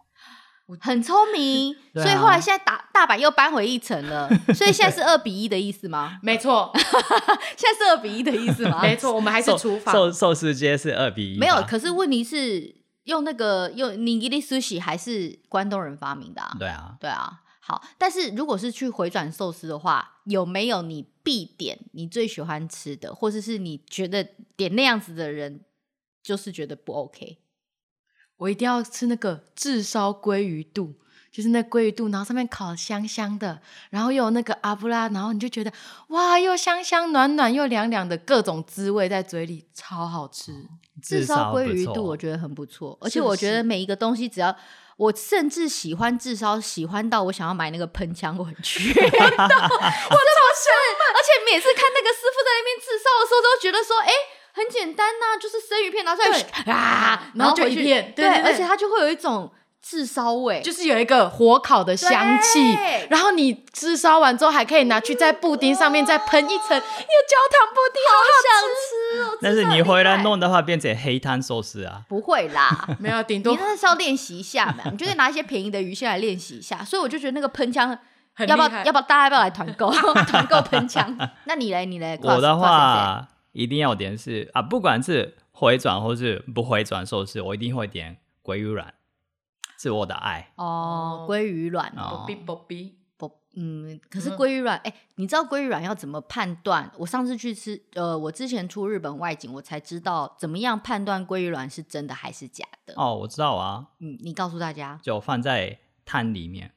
Speaker 1: 很聪明。
Speaker 3: [LAUGHS] 对啊
Speaker 1: 所以后来现在大大阪又搬回一层了，所以现在是二比一的意思吗？
Speaker 2: 没错，
Speaker 1: 现在是二比一的意思吗？
Speaker 2: [LAUGHS] 没错，我们还是
Speaker 3: 寿
Speaker 2: 厨房。
Speaker 3: 寿寿司街是二比一，
Speaker 1: 没有。可是问题是用那个用尼吉利 sushi 还是关东人发明的啊？
Speaker 3: 对啊，
Speaker 1: 对啊，好，但是如果是去回转寿司的话，有没有你必点、你最喜欢吃的，或者是你觉得点那样子的人就是觉得不 OK？
Speaker 2: 我一定要吃那个炙烧鲑鱼肚，就是那鲑鱼肚，然后上面烤香香的，然后又有那个阿布拉，然后你就觉得哇，又香香暖暖又凉凉的各种滋味在嘴里，超好吃。
Speaker 1: 炙烧鲑鱼肚我
Speaker 3: 觉
Speaker 1: 觉得很不错，而
Speaker 2: 是
Speaker 1: 且
Speaker 2: 不
Speaker 1: 我觉得
Speaker 2: 是
Speaker 1: 每一个东西只要。我甚至喜欢炙烧，喜欢到我想要买那个喷枪文具， [LAUGHS]
Speaker 2: [LAUGHS]
Speaker 1: 我真的是，而且每次看那个师傅在那边炙烧的时候，都觉得说，哎、很简单呐、就是生鱼片拿出来
Speaker 2: 对
Speaker 1: 啊，
Speaker 2: 然后就
Speaker 1: 回去
Speaker 2: 一片
Speaker 1: 对
Speaker 2: 对对对
Speaker 1: 而且它就会有一种炙烧味，
Speaker 2: 就是有一个火烤的香气
Speaker 1: 对，
Speaker 2: 然后你炙烧完之后还可以拿去在布丁上面再喷一层，那个焦糖布丁。
Speaker 1: [LAUGHS] 好想吃哦！
Speaker 3: 但
Speaker 1: 真
Speaker 3: 是
Speaker 1: 的
Speaker 3: 你
Speaker 1: 很
Speaker 3: 回
Speaker 1: 厉
Speaker 3: 来
Speaker 1: 害
Speaker 3: 弄的话，变成黑炭寿司啊。
Speaker 1: 不会啦
Speaker 2: [LAUGHS] 没有，顶
Speaker 1: 你
Speaker 2: 多
Speaker 1: 那是要练习一下嘛，你就可以拿一些便宜的鱼线来练习一下。所以我就觉得那个喷枪，
Speaker 2: 很厉
Speaker 1: 要
Speaker 2: 害哦
Speaker 1: 不要要不要大家要不要来团购团购喷枪？那你嘞，你嘞，跨
Speaker 3: 我的，
Speaker 1: 跨谁
Speaker 3: 话一定要点是啊，不管是回转或是不回转寿司，我一定会点鲑鱼卵，是我的爱。
Speaker 1: 谁哦，鲑鱼卵哦
Speaker 3: 哦，
Speaker 2: b o b
Speaker 1: 不，嗯，可是
Speaker 2: 嗯
Speaker 1: 鲑鱼卵，哎、你知道鲑鱼卵要怎么判断？我上次去吃，呃，我之前出日本外景，我才知道怎么样判断鲑鱼卵是真的还是假的。
Speaker 3: 哦，我知道啊，
Speaker 1: 嗯，你告诉大家，
Speaker 3: 就放在汤里面，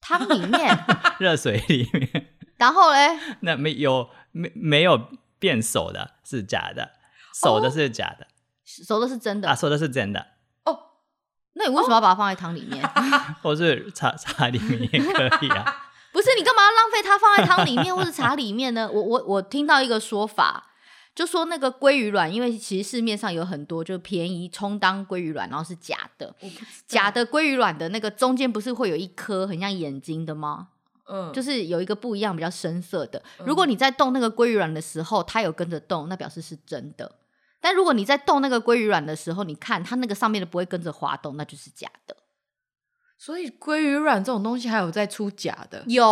Speaker 1: 汤里
Speaker 3: [LAUGHS]
Speaker 1: 面，
Speaker 3: 热水里面，
Speaker 1: 然后嘞，
Speaker 3: 那没有没没有变熟的是假的，熟的是假的、
Speaker 1: 熟的是真的
Speaker 3: 啊，，熟的是真的，
Speaker 2: 哦，
Speaker 1: 那你为什么要把它放在汤里面？
Speaker 3: 或是茶茶里面也可以啊。
Speaker 1: 不是你干嘛要浪费它放在汤里面或者茶里面呢？我 [LAUGHS] 我我听到一个说法，就说那个鲑鱼卵，因为其实市面上有很多就便宜充当鲑鱼卵，然后是假的。假的鲑鱼卵的那个中间不是会有一颗很像眼睛的吗？
Speaker 2: 嗯
Speaker 1: 就是是有一个不一样比较深色的。如果你在动那个鲑鱼卵的时候，它有跟着动，那表示是真的。但如果你在动那个鲑鱼卵的时候，你看它那个上面的不会跟着滑动，那就是假的。
Speaker 2: 所以鲑鱼卵这种东西还有在出假的，
Speaker 1: 有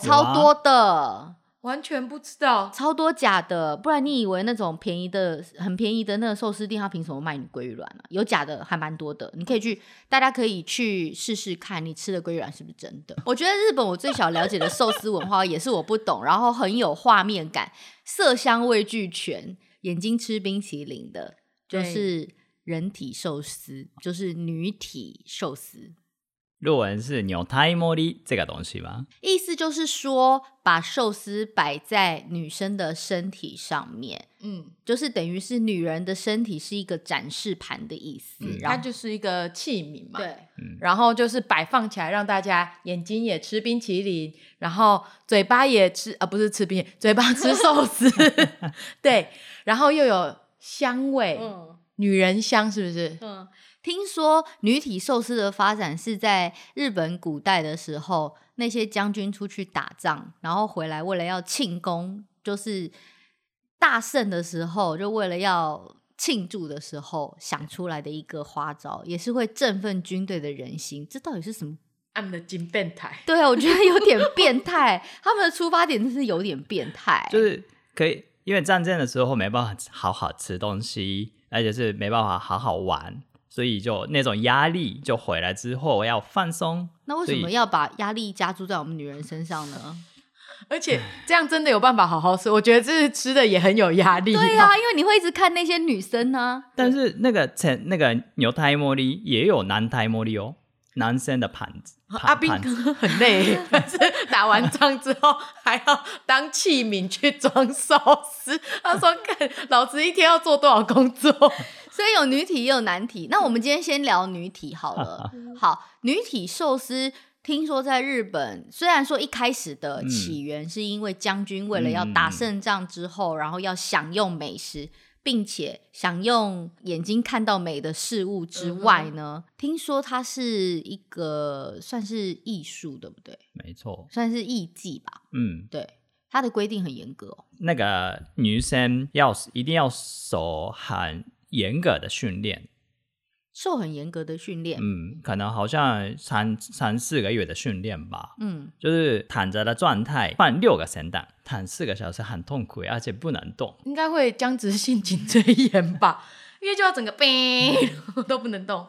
Speaker 1: 超多的，
Speaker 2: 完全不知道。
Speaker 1: 超多假的，不然你以为那种便宜的、很便宜的那个寿司店，它凭什么卖你鲑鱼卵啊？有假的还蛮多的，你可以去，大家可以去试试看，你吃的鲑鱼卵是不是真的？我觉得日本我最想了解的寿司文化，也是我不懂，然后很有画面感，色香味俱全，眼睛吃冰淇淋的，就
Speaker 2: 对
Speaker 1: 是人体寿司，就是女体寿司。
Speaker 3: 日文是牛胎莫里这个东西吗？
Speaker 1: 意思就是说，把寿司摆在女生的身体上面，
Speaker 2: 嗯，
Speaker 1: 就是等于是女人的身体是一个展示盘的意思。
Speaker 3: 嗯
Speaker 1: 然
Speaker 2: 它
Speaker 1: 后
Speaker 2: 就是一个器皿嘛。。
Speaker 1: 对，
Speaker 3: 嗯，
Speaker 2: 然后就是摆放起来，让大家眼睛也吃冰淇淋，然后嘴巴也吃，啊，不是吃冰，嘴巴吃寿司， [LAUGHS] 对，然后又有香味，
Speaker 1: 嗯
Speaker 2: 女人香是不是？
Speaker 1: 嗯，听说女体寿司的发展是在日本古代的时候，那些将军出去打仗，然后回来为了要庆功，就是大胜的时候，就为了要。庆祝的时候想出来的一个花招，也是会振奋军队的人心。这到底是什么
Speaker 2: 按的金变态，
Speaker 1: 对啊，我觉得有点变态，他们的出发点真是有点变态。
Speaker 3: 就是可以，因为战争的时候没办法好好吃东西，而且是没办法好好玩，所以就那种压力就回来之后要放松。
Speaker 1: 那为什
Speaker 3: 所
Speaker 1: 么
Speaker 3: 以
Speaker 1: 要把压力加注在我们女人身上呢？
Speaker 2: 而且这样真的有办法好好吃，我觉得这是吃的也很有压力。哦
Speaker 1: 对呀、啊，因为你会一直看那些女生呢、
Speaker 3: 但是那个成那个牛胎茉莉也有男胎茉莉哦，男生的盘子。
Speaker 2: 阿
Speaker 3: 盘
Speaker 2: 斌
Speaker 3: 盘子
Speaker 2: 哥很累，但是打完仗之后还要当器皿去装寿司。他说：“看，老子一天要做多少工作？”
Speaker 1: 所以有女体也有男体。那我们今天先聊女体好了。好，女体寿司听说在日本，虽然说一开始的起源是因为将军为了要打胜仗之后，然后要享用美食，并且享用眼睛看到美的事物之外呢，听说它是一个算是艺术，对不对？
Speaker 3: 没错。
Speaker 1: 算是艺伎吧？
Speaker 3: 嗯，
Speaker 1: 对，它的规定很严格哦。
Speaker 3: 那个女生要一定要受很严格的训练，
Speaker 1: 受很严格的训练，
Speaker 3: 嗯，可能好像三三四个月的训练吧，
Speaker 1: 嗯，
Speaker 3: 就是躺着的状态放六个神蛋，躺四个小时很痛苦，而且不能动。
Speaker 2: 应该会僵直性颈椎炎吧，因为就要整个冰都不能动。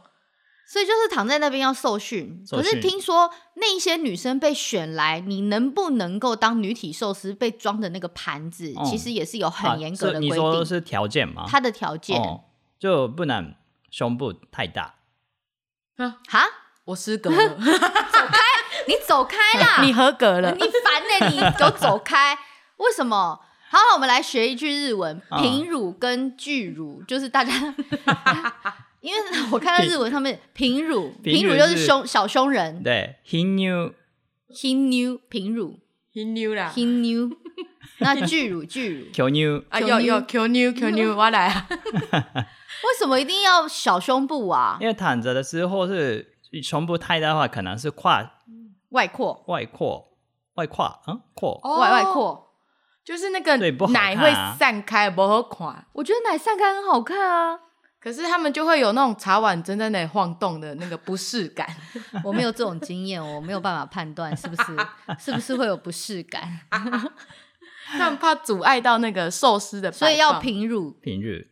Speaker 1: 所以就是躺在那边要受训。
Speaker 3: 受训
Speaker 1: 可是听说那一些女生被选来，你能不能够当女体寿司被装的那个盘子，
Speaker 3: 哦
Speaker 1: 其实也是有很严格的
Speaker 3: 啊是
Speaker 1: 规
Speaker 3: 你
Speaker 1: 定。
Speaker 3: 说是条件吗？
Speaker 1: 它的条件
Speaker 3: 哦，就不能胸部太大。
Speaker 1: 哈，
Speaker 2: 我失格了，
Speaker 1: 你走开啦！
Speaker 3: [LAUGHS]
Speaker 2: 你合格了 [LAUGHS]
Speaker 1: 你。烦呢、你给我走开！为什么？好，我们来学一句日文，
Speaker 3: 啊
Speaker 1: 平乳跟巨乳，就是大家，
Speaker 3: [LAUGHS]
Speaker 1: 因为我看到日文上面平乳，
Speaker 3: 平
Speaker 1: 平
Speaker 3: 乳
Speaker 1: 乳就是
Speaker 3: 是
Speaker 1: 胸小胸人，
Speaker 3: 对，貧乳
Speaker 1: hin new 平乳
Speaker 2: Q 妞啦，
Speaker 1: hin
Speaker 3: [LAUGHS]
Speaker 1: new，那巨乳巨乳，
Speaker 3: 巨乳
Speaker 2: 啊，
Speaker 1: Q
Speaker 2: 要
Speaker 1: 妞
Speaker 2: 要 Q 妞 Q 妞，我来 [LAUGHS] 啊。
Speaker 1: 为什么一定要小胸部
Speaker 2: [LAUGHS]
Speaker 1: 啊？
Speaker 3: 因为躺着的时候是胸部太大的话，可能是胯
Speaker 1: 外扩，
Speaker 3: 外扩、外胯嗯扩、
Speaker 2: 哦
Speaker 1: 外外，扩，
Speaker 2: 就是那个
Speaker 3: 对不好看啊
Speaker 2: 奶会散开，不好看。
Speaker 1: 我觉得奶散开很好看啊。
Speaker 2: 可是他们就会有那种茶碗蒸在那里晃动的那个不适 [LAUGHS] 感。
Speaker 1: 我没有这种经验，我没有办法判断是不
Speaker 2: [LAUGHS]
Speaker 1: 是是不是会有不适感，
Speaker 2: 他们怕阻碍到那个寿司的摆
Speaker 1: 所
Speaker 2: 放，
Speaker 1: 以要平乳。
Speaker 3: 平日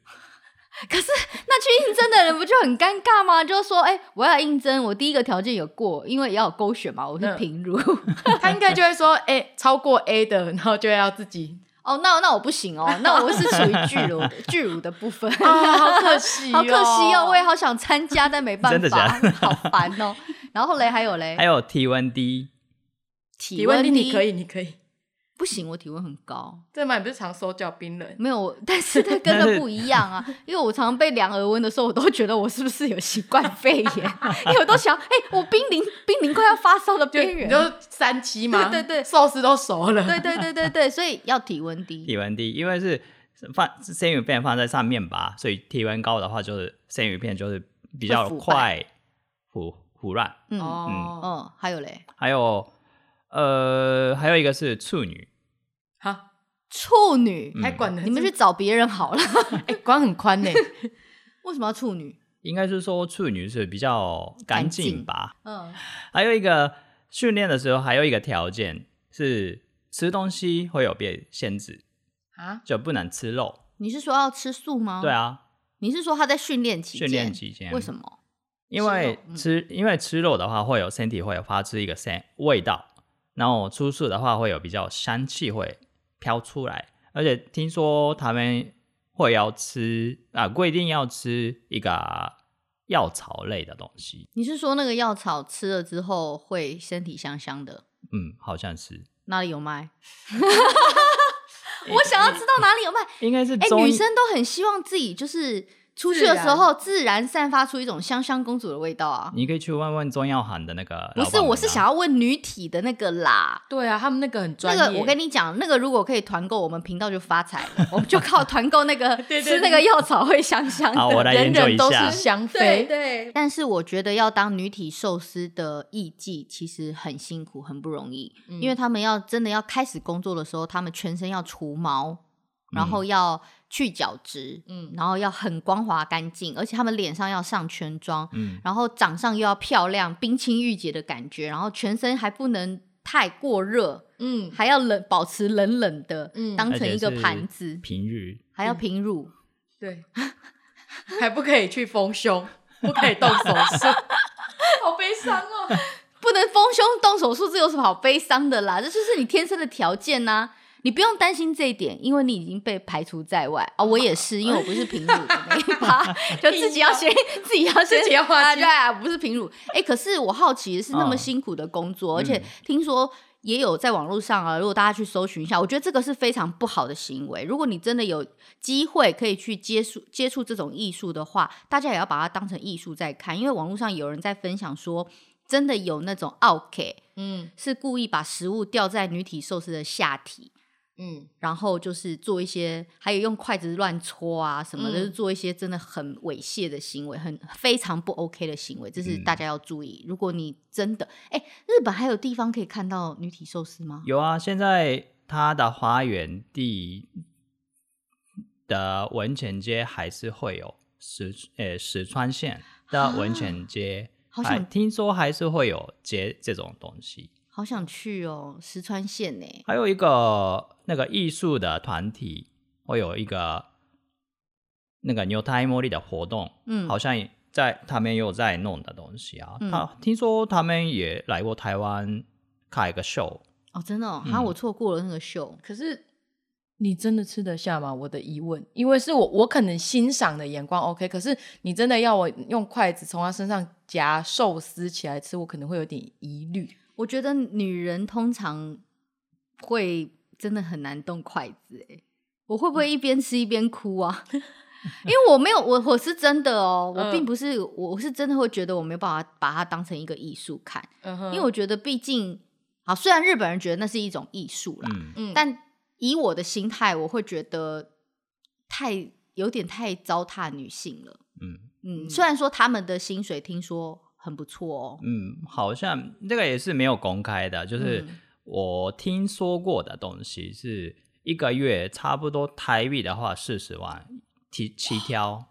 Speaker 1: 可是那去应征的人不就很尴尬吗？就是说，哎、我要应征，我第一个条件有过，因为也要有勾选嘛，我是
Speaker 2: 嗯
Speaker 1: 平乳。 [LAUGHS]
Speaker 2: 他应该就会说，哎、超过 A 的，然后就要自己
Speaker 1: 哦，那那我不行哦，那我是属于巨
Speaker 2: [LAUGHS]
Speaker 1: 乳巨乳的部分。
Speaker 2: 啊， [LAUGHS] 好可
Speaker 1: [LAUGHS]
Speaker 2: 惜、
Speaker 1: 好可惜哦，我也好想参加，但没办
Speaker 3: 真的
Speaker 1: 法
Speaker 3: 假，
Speaker 1: [LAUGHS] 好烦哦。然后嘞，还有嘞
Speaker 3: 还，有体温低，
Speaker 1: 体
Speaker 2: 体温低，
Speaker 1: 低
Speaker 2: 你可以，你可以。
Speaker 1: 不行，我体温很高。
Speaker 2: 这嘛，你不是常手脚冰冷？ [LAUGHS]
Speaker 1: 没有， [LAUGHS] 但是它跟
Speaker 3: 但
Speaker 1: 的
Speaker 3: 是
Speaker 1: 不一样啊，因为我常常被量额温的时候，我都觉得我是不是有新冠肺炎，因为我都想，哎、我濒临濒临快要发烧的
Speaker 2: 就
Speaker 1: 边
Speaker 2: 你
Speaker 1: 缘，
Speaker 2: 就三七 [LAUGHS] 嘛，
Speaker 1: 对对对
Speaker 2: 寿司都熟了，
Speaker 1: 对对对对对，所以要体温低。
Speaker 3: 体温低，因为是放生鱼片放在上面吧，所以体温高的话就是生鱼片就是比较
Speaker 1: 会腐
Speaker 3: 快腐腐烂。
Speaker 1: 嗯、
Speaker 2: 哦，
Speaker 1: 嗯，还有嘞，
Speaker 3: 还有呃，还有一个是处女，
Speaker 2: 好，
Speaker 1: 处女，
Speaker 3: 嗯
Speaker 2: 还管得
Speaker 1: 你们去找别人好了。 [LAUGHS]
Speaker 2: 哎，管很宽呢， [LAUGHS]
Speaker 1: 为什么要处女？
Speaker 3: 应该是说处女是比较干净吧。
Speaker 1: 嗯，
Speaker 3: 还有一个训练的时候，还有一个条件是吃东西会有被限制，
Speaker 2: 啊，
Speaker 3: 就不能吃肉。
Speaker 1: 你是说要吃素吗？
Speaker 3: 对，啊，
Speaker 1: 你是说他在训练期间？
Speaker 3: 训练期间
Speaker 1: 为什么？
Speaker 3: 因为
Speaker 1: 嗯
Speaker 3: 吃因为吃肉的话会有身体会有发出一个香味道，然后出素的话会有比较香气会飘出来，而且听说他们会要吃啊规定要吃一个药草类的东西，
Speaker 1: 你是说那个药草吃了之后会身体香香的？
Speaker 3: 嗯，好像是
Speaker 1: 哪里有卖？ [LAUGHS] 我想要知道哪里有卖。
Speaker 3: 应该是
Speaker 1: 哎、
Speaker 3: 中
Speaker 1: 女
Speaker 3: 医
Speaker 1: 生都很希望自己就是出去的时候自然散发出一种香香公主的味道啊。
Speaker 3: 你可以去问问中药行的那个老板们
Speaker 1: 不是，
Speaker 3: 啊。
Speaker 1: 我是想要问女体的那个啦。
Speaker 2: 对啊，他们那个很专
Speaker 1: 那
Speaker 2: 业，
Speaker 1: 个我跟你讲，那个如果可以团购，我们频道就发财了。我们就靠团购那
Speaker 3: [LAUGHS]
Speaker 1: 个
Speaker 2: 对对
Speaker 1: 吃那个药草会香香
Speaker 3: 好，啊我
Speaker 1: 的。
Speaker 3: 来
Speaker 2: 人
Speaker 3: 研究一
Speaker 2: 人都
Speaker 3: 下
Speaker 2: 是。香
Speaker 1: 对
Speaker 2: 妃，
Speaker 1: 对，但是我觉得要当女体寿司的艺妓，其实很辛苦，很不容易，因
Speaker 2: 嗯
Speaker 1: 为他们要真的要开始工作的时候，他们全身要除毛，然后要去角质，
Speaker 2: 嗯
Speaker 1: 然后要很光滑干净，而且他们脸上要上全妆，
Speaker 3: 嗯，
Speaker 1: 然后长上又要漂亮，冰清玉洁的感觉，然后全身还不能太过热，
Speaker 2: 嗯，
Speaker 1: 还要冷，保持冷冷的，
Speaker 2: 嗯
Speaker 1: 当
Speaker 3: 而
Speaker 1: 成
Speaker 3: 且
Speaker 1: 一个
Speaker 3: 是
Speaker 1: 盘子，
Speaker 3: 平日
Speaker 1: 还要平乳。
Speaker 2: 对，还不可以去丰胸，不可以动手术， [LAUGHS] 好悲伤哦。
Speaker 1: 不能丰胸动手术，这有什么好悲伤的啦？这就是你天生的条件呐、你不用担心这一点，因为你已经被排除在外啊、我也是，因为我不是平乳的那一趴，就自己要先自己要先
Speaker 2: 自己要花
Speaker 1: 啊
Speaker 2: 心
Speaker 1: 欸对啊，我不是平乳。哎、可是我好奇的是，那么
Speaker 3: 嗯
Speaker 1: 辛苦的工作，而
Speaker 3: 嗯
Speaker 1: 且听说也有在网络上啊，如果大家去搜寻一下，我觉得这个是非常不好的行为。如果你真的有机会可以去接触接触这种艺术的话，大家也要把它当成艺术在看，因为网络上有人在分享说，真的有那种 OK
Speaker 2: 嗯
Speaker 1: 是故意把食物吊在女体寿司的下体，
Speaker 2: 嗯，
Speaker 1: 然后就是做一些，还有用筷子乱戳啊什么的，
Speaker 2: 嗯
Speaker 1: 就是做一些真的很猥亵的行为，很非常不 OK 的行为，这是
Speaker 3: 嗯
Speaker 1: 大家要注意。如果你真的，哎、日本还有地方可以看到女体寿司吗？
Speaker 3: 有啊，现在它的花园地的温泉街还是会有石呃石川县的温泉街，
Speaker 1: 啊好
Speaker 3: 还
Speaker 1: 想
Speaker 3: 听说还是会有街这种东西。
Speaker 1: 好想去哦，石川县呢、
Speaker 3: 还有一个那个艺术的团体会有一个那个牛胎茉莉的活动，
Speaker 1: 嗯
Speaker 3: 好像也在他们有在弄的东西啊。
Speaker 1: 嗯
Speaker 3: 他听说他们也来过台湾开个 show，
Speaker 1: 哦，真的、哦，
Speaker 3: 嗯
Speaker 1: 哈、我错过了那个秀。
Speaker 2: 可是你真的吃得下吗？我的疑问，因为是我我可能欣赏的眼光 OK，可是你真的要我用筷子从他身上夹寿司起来吃，我可能会有点疑虑。
Speaker 1: 我觉得女人通常会真的很难动筷子、欸，我会不
Speaker 3: 嗯
Speaker 1: 会一边吃一边哭
Speaker 3: [LAUGHS]
Speaker 1: 啊？ [LAUGHS] 因为我没有，我我是真的哦，
Speaker 2: 嗯
Speaker 1: 我并不是，我是真的会觉得我没有办法把它当成一个艺术看，
Speaker 2: 嗯
Speaker 1: 因
Speaker 2: 哼
Speaker 1: 为我觉得毕竟，好，虽然日本人觉得那是一种艺术啦，
Speaker 3: 嗯，
Speaker 2: 嗯
Speaker 1: 但以我的心态，我会觉得太有点太糟蹋女性了。
Speaker 3: 嗯
Speaker 1: 嗯，
Speaker 2: 嗯
Speaker 1: 虽然说他们的薪水听说很不错哦，
Speaker 3: 嗯，好像这个也是没有公开的，就是
Speaker 1: 嗯
Speaker 3: 我听说过的东西是一个月差不多台币的话四十万起起跳，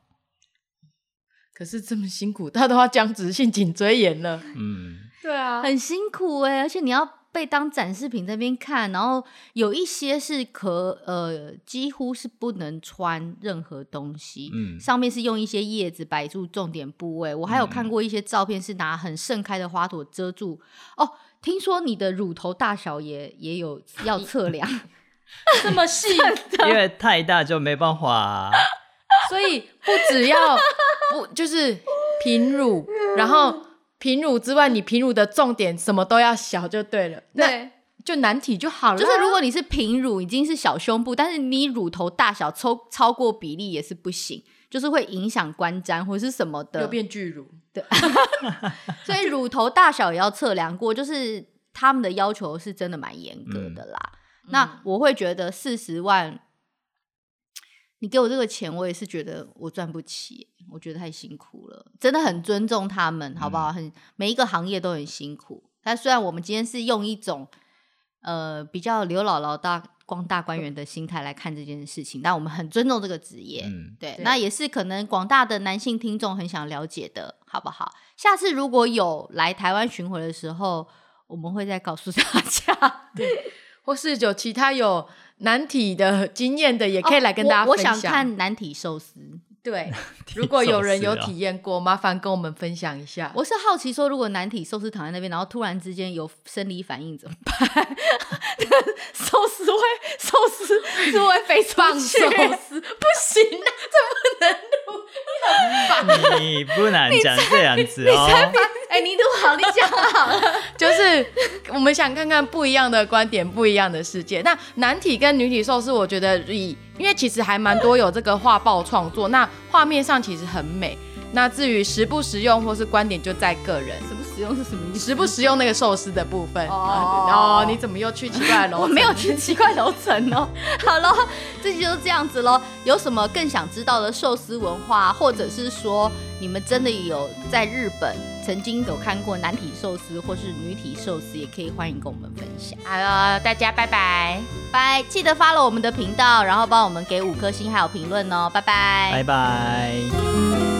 Speaker 2: 可是这么辛苦，他都要僵直性颈椎炎了。
Speaker 3: 嗯。
Speaker 2: 对啊
Speaker 1: 很辛苦哎、而且你要被当展示品在那边看，然后有一些是可呃几乎是不能穿任何东西，
Speaker 3: 嗯
Speaker 1: 上面是用一些叶子摆住重点部位。我还有看过一些照片是拿很盛开的花朵遮住。哦，听说你的乳头大小也也有要测量，
Speaker 2: 这么细，
Speaker 3: 因为太大就没办法、
Speaker 1: [LAUGHS]
Speaker 3: 啊。
Speaker 2: 所以不只要不就是平乳，然后平乳之外，你平乳的重点什么都要小就对了。 [LAUGHS] 那
Speaker 1: 对。
Speaker 2: 就难题就好了。
Speaker 1: 就是如果你是平乳，已经是小胸部，但是你乳头大小超超过比例也是不行，就是会影响观瞻或是什么的。
Speaker 2: 又变巨乳，
Speaker 1: 所以乳头大小也要测量过，就是他们的要求是真的蛮严格的啦。那我会觉得四十万，你给我这个钱，我也是觉得我赚不起，我觉得太辛苦了，真的很尊重他们，好不好？很每一个行业都很辛苦。但虽然我们今天是用一种呃比较刘姥姥大光大观园的心态来看这件事情，但我们很尊重这个职业。
Speaker 3: 嗯，
Speaker 1: 对，
Speaker 2: 对
Speaker 1: 那也是可能广大的男性听众很想了解的，好不好？下次如果有来台湾巡回的时候，我们会再告诉大 [LAUGHS] 家。
Speaker 2: 或是有其他有难题的经验的，也可以来跟大
Speaker 1: 哦
Speaker 2: 家
Speaker 1: 我我
Speaker 2: 分享。
Speaker 1: 想看难题寿司，
Speaker 2: 对，如果有人有
Speaker 3: 寿司啊
Speaker 2: 体验过，麻烦跟我们分享一下。
Speaker 1: [LAUGHS] 我是好奇说，如果难题寿司躺在那边，然后突然之间有生理反应怎么办？寿司会寿司是不是会飞出
Speaker 2: 放
Speaker 1: 去
Speaker 2: 寿司不行啊，这不能录。
Speaker 3: 你不能讲这样子哦。
Speaker 1: 哎、你录好， [LAUGHS] 你讲好了。
Speaker 2: [LAUGHS] 就是我们想看看不一样的观点，不一样的世界。那男体跟女体寿司，我觉得以因为其实还蛮多有这个画报创作，那画面上其实很美。那至于实不实用或是观点，就在个人。
Speaker 1: 什么使用是什么意思？
Speaker 2: 实不实用那个寿司的部分
Speaker 1: 哦
Speaker 2: 哦，你怎么又去奇怪了？
Speaker 1: 我没有去奇怪楼层哦。 [LAUGHS] 好喽，这集就这样子喽。有什么更想知道的寿司文化，或者是说你们真的有在日本曾经有看过男体寿司或是女体寿司，也可以欢迎跟我们分享。
Speaker 2: 好了，大家拜拜。
Speaker 1: 拜，记得发了我们的频道，然后帮我们给五颗星还有评论哦。拜拜
Speaker 3: 拜拜。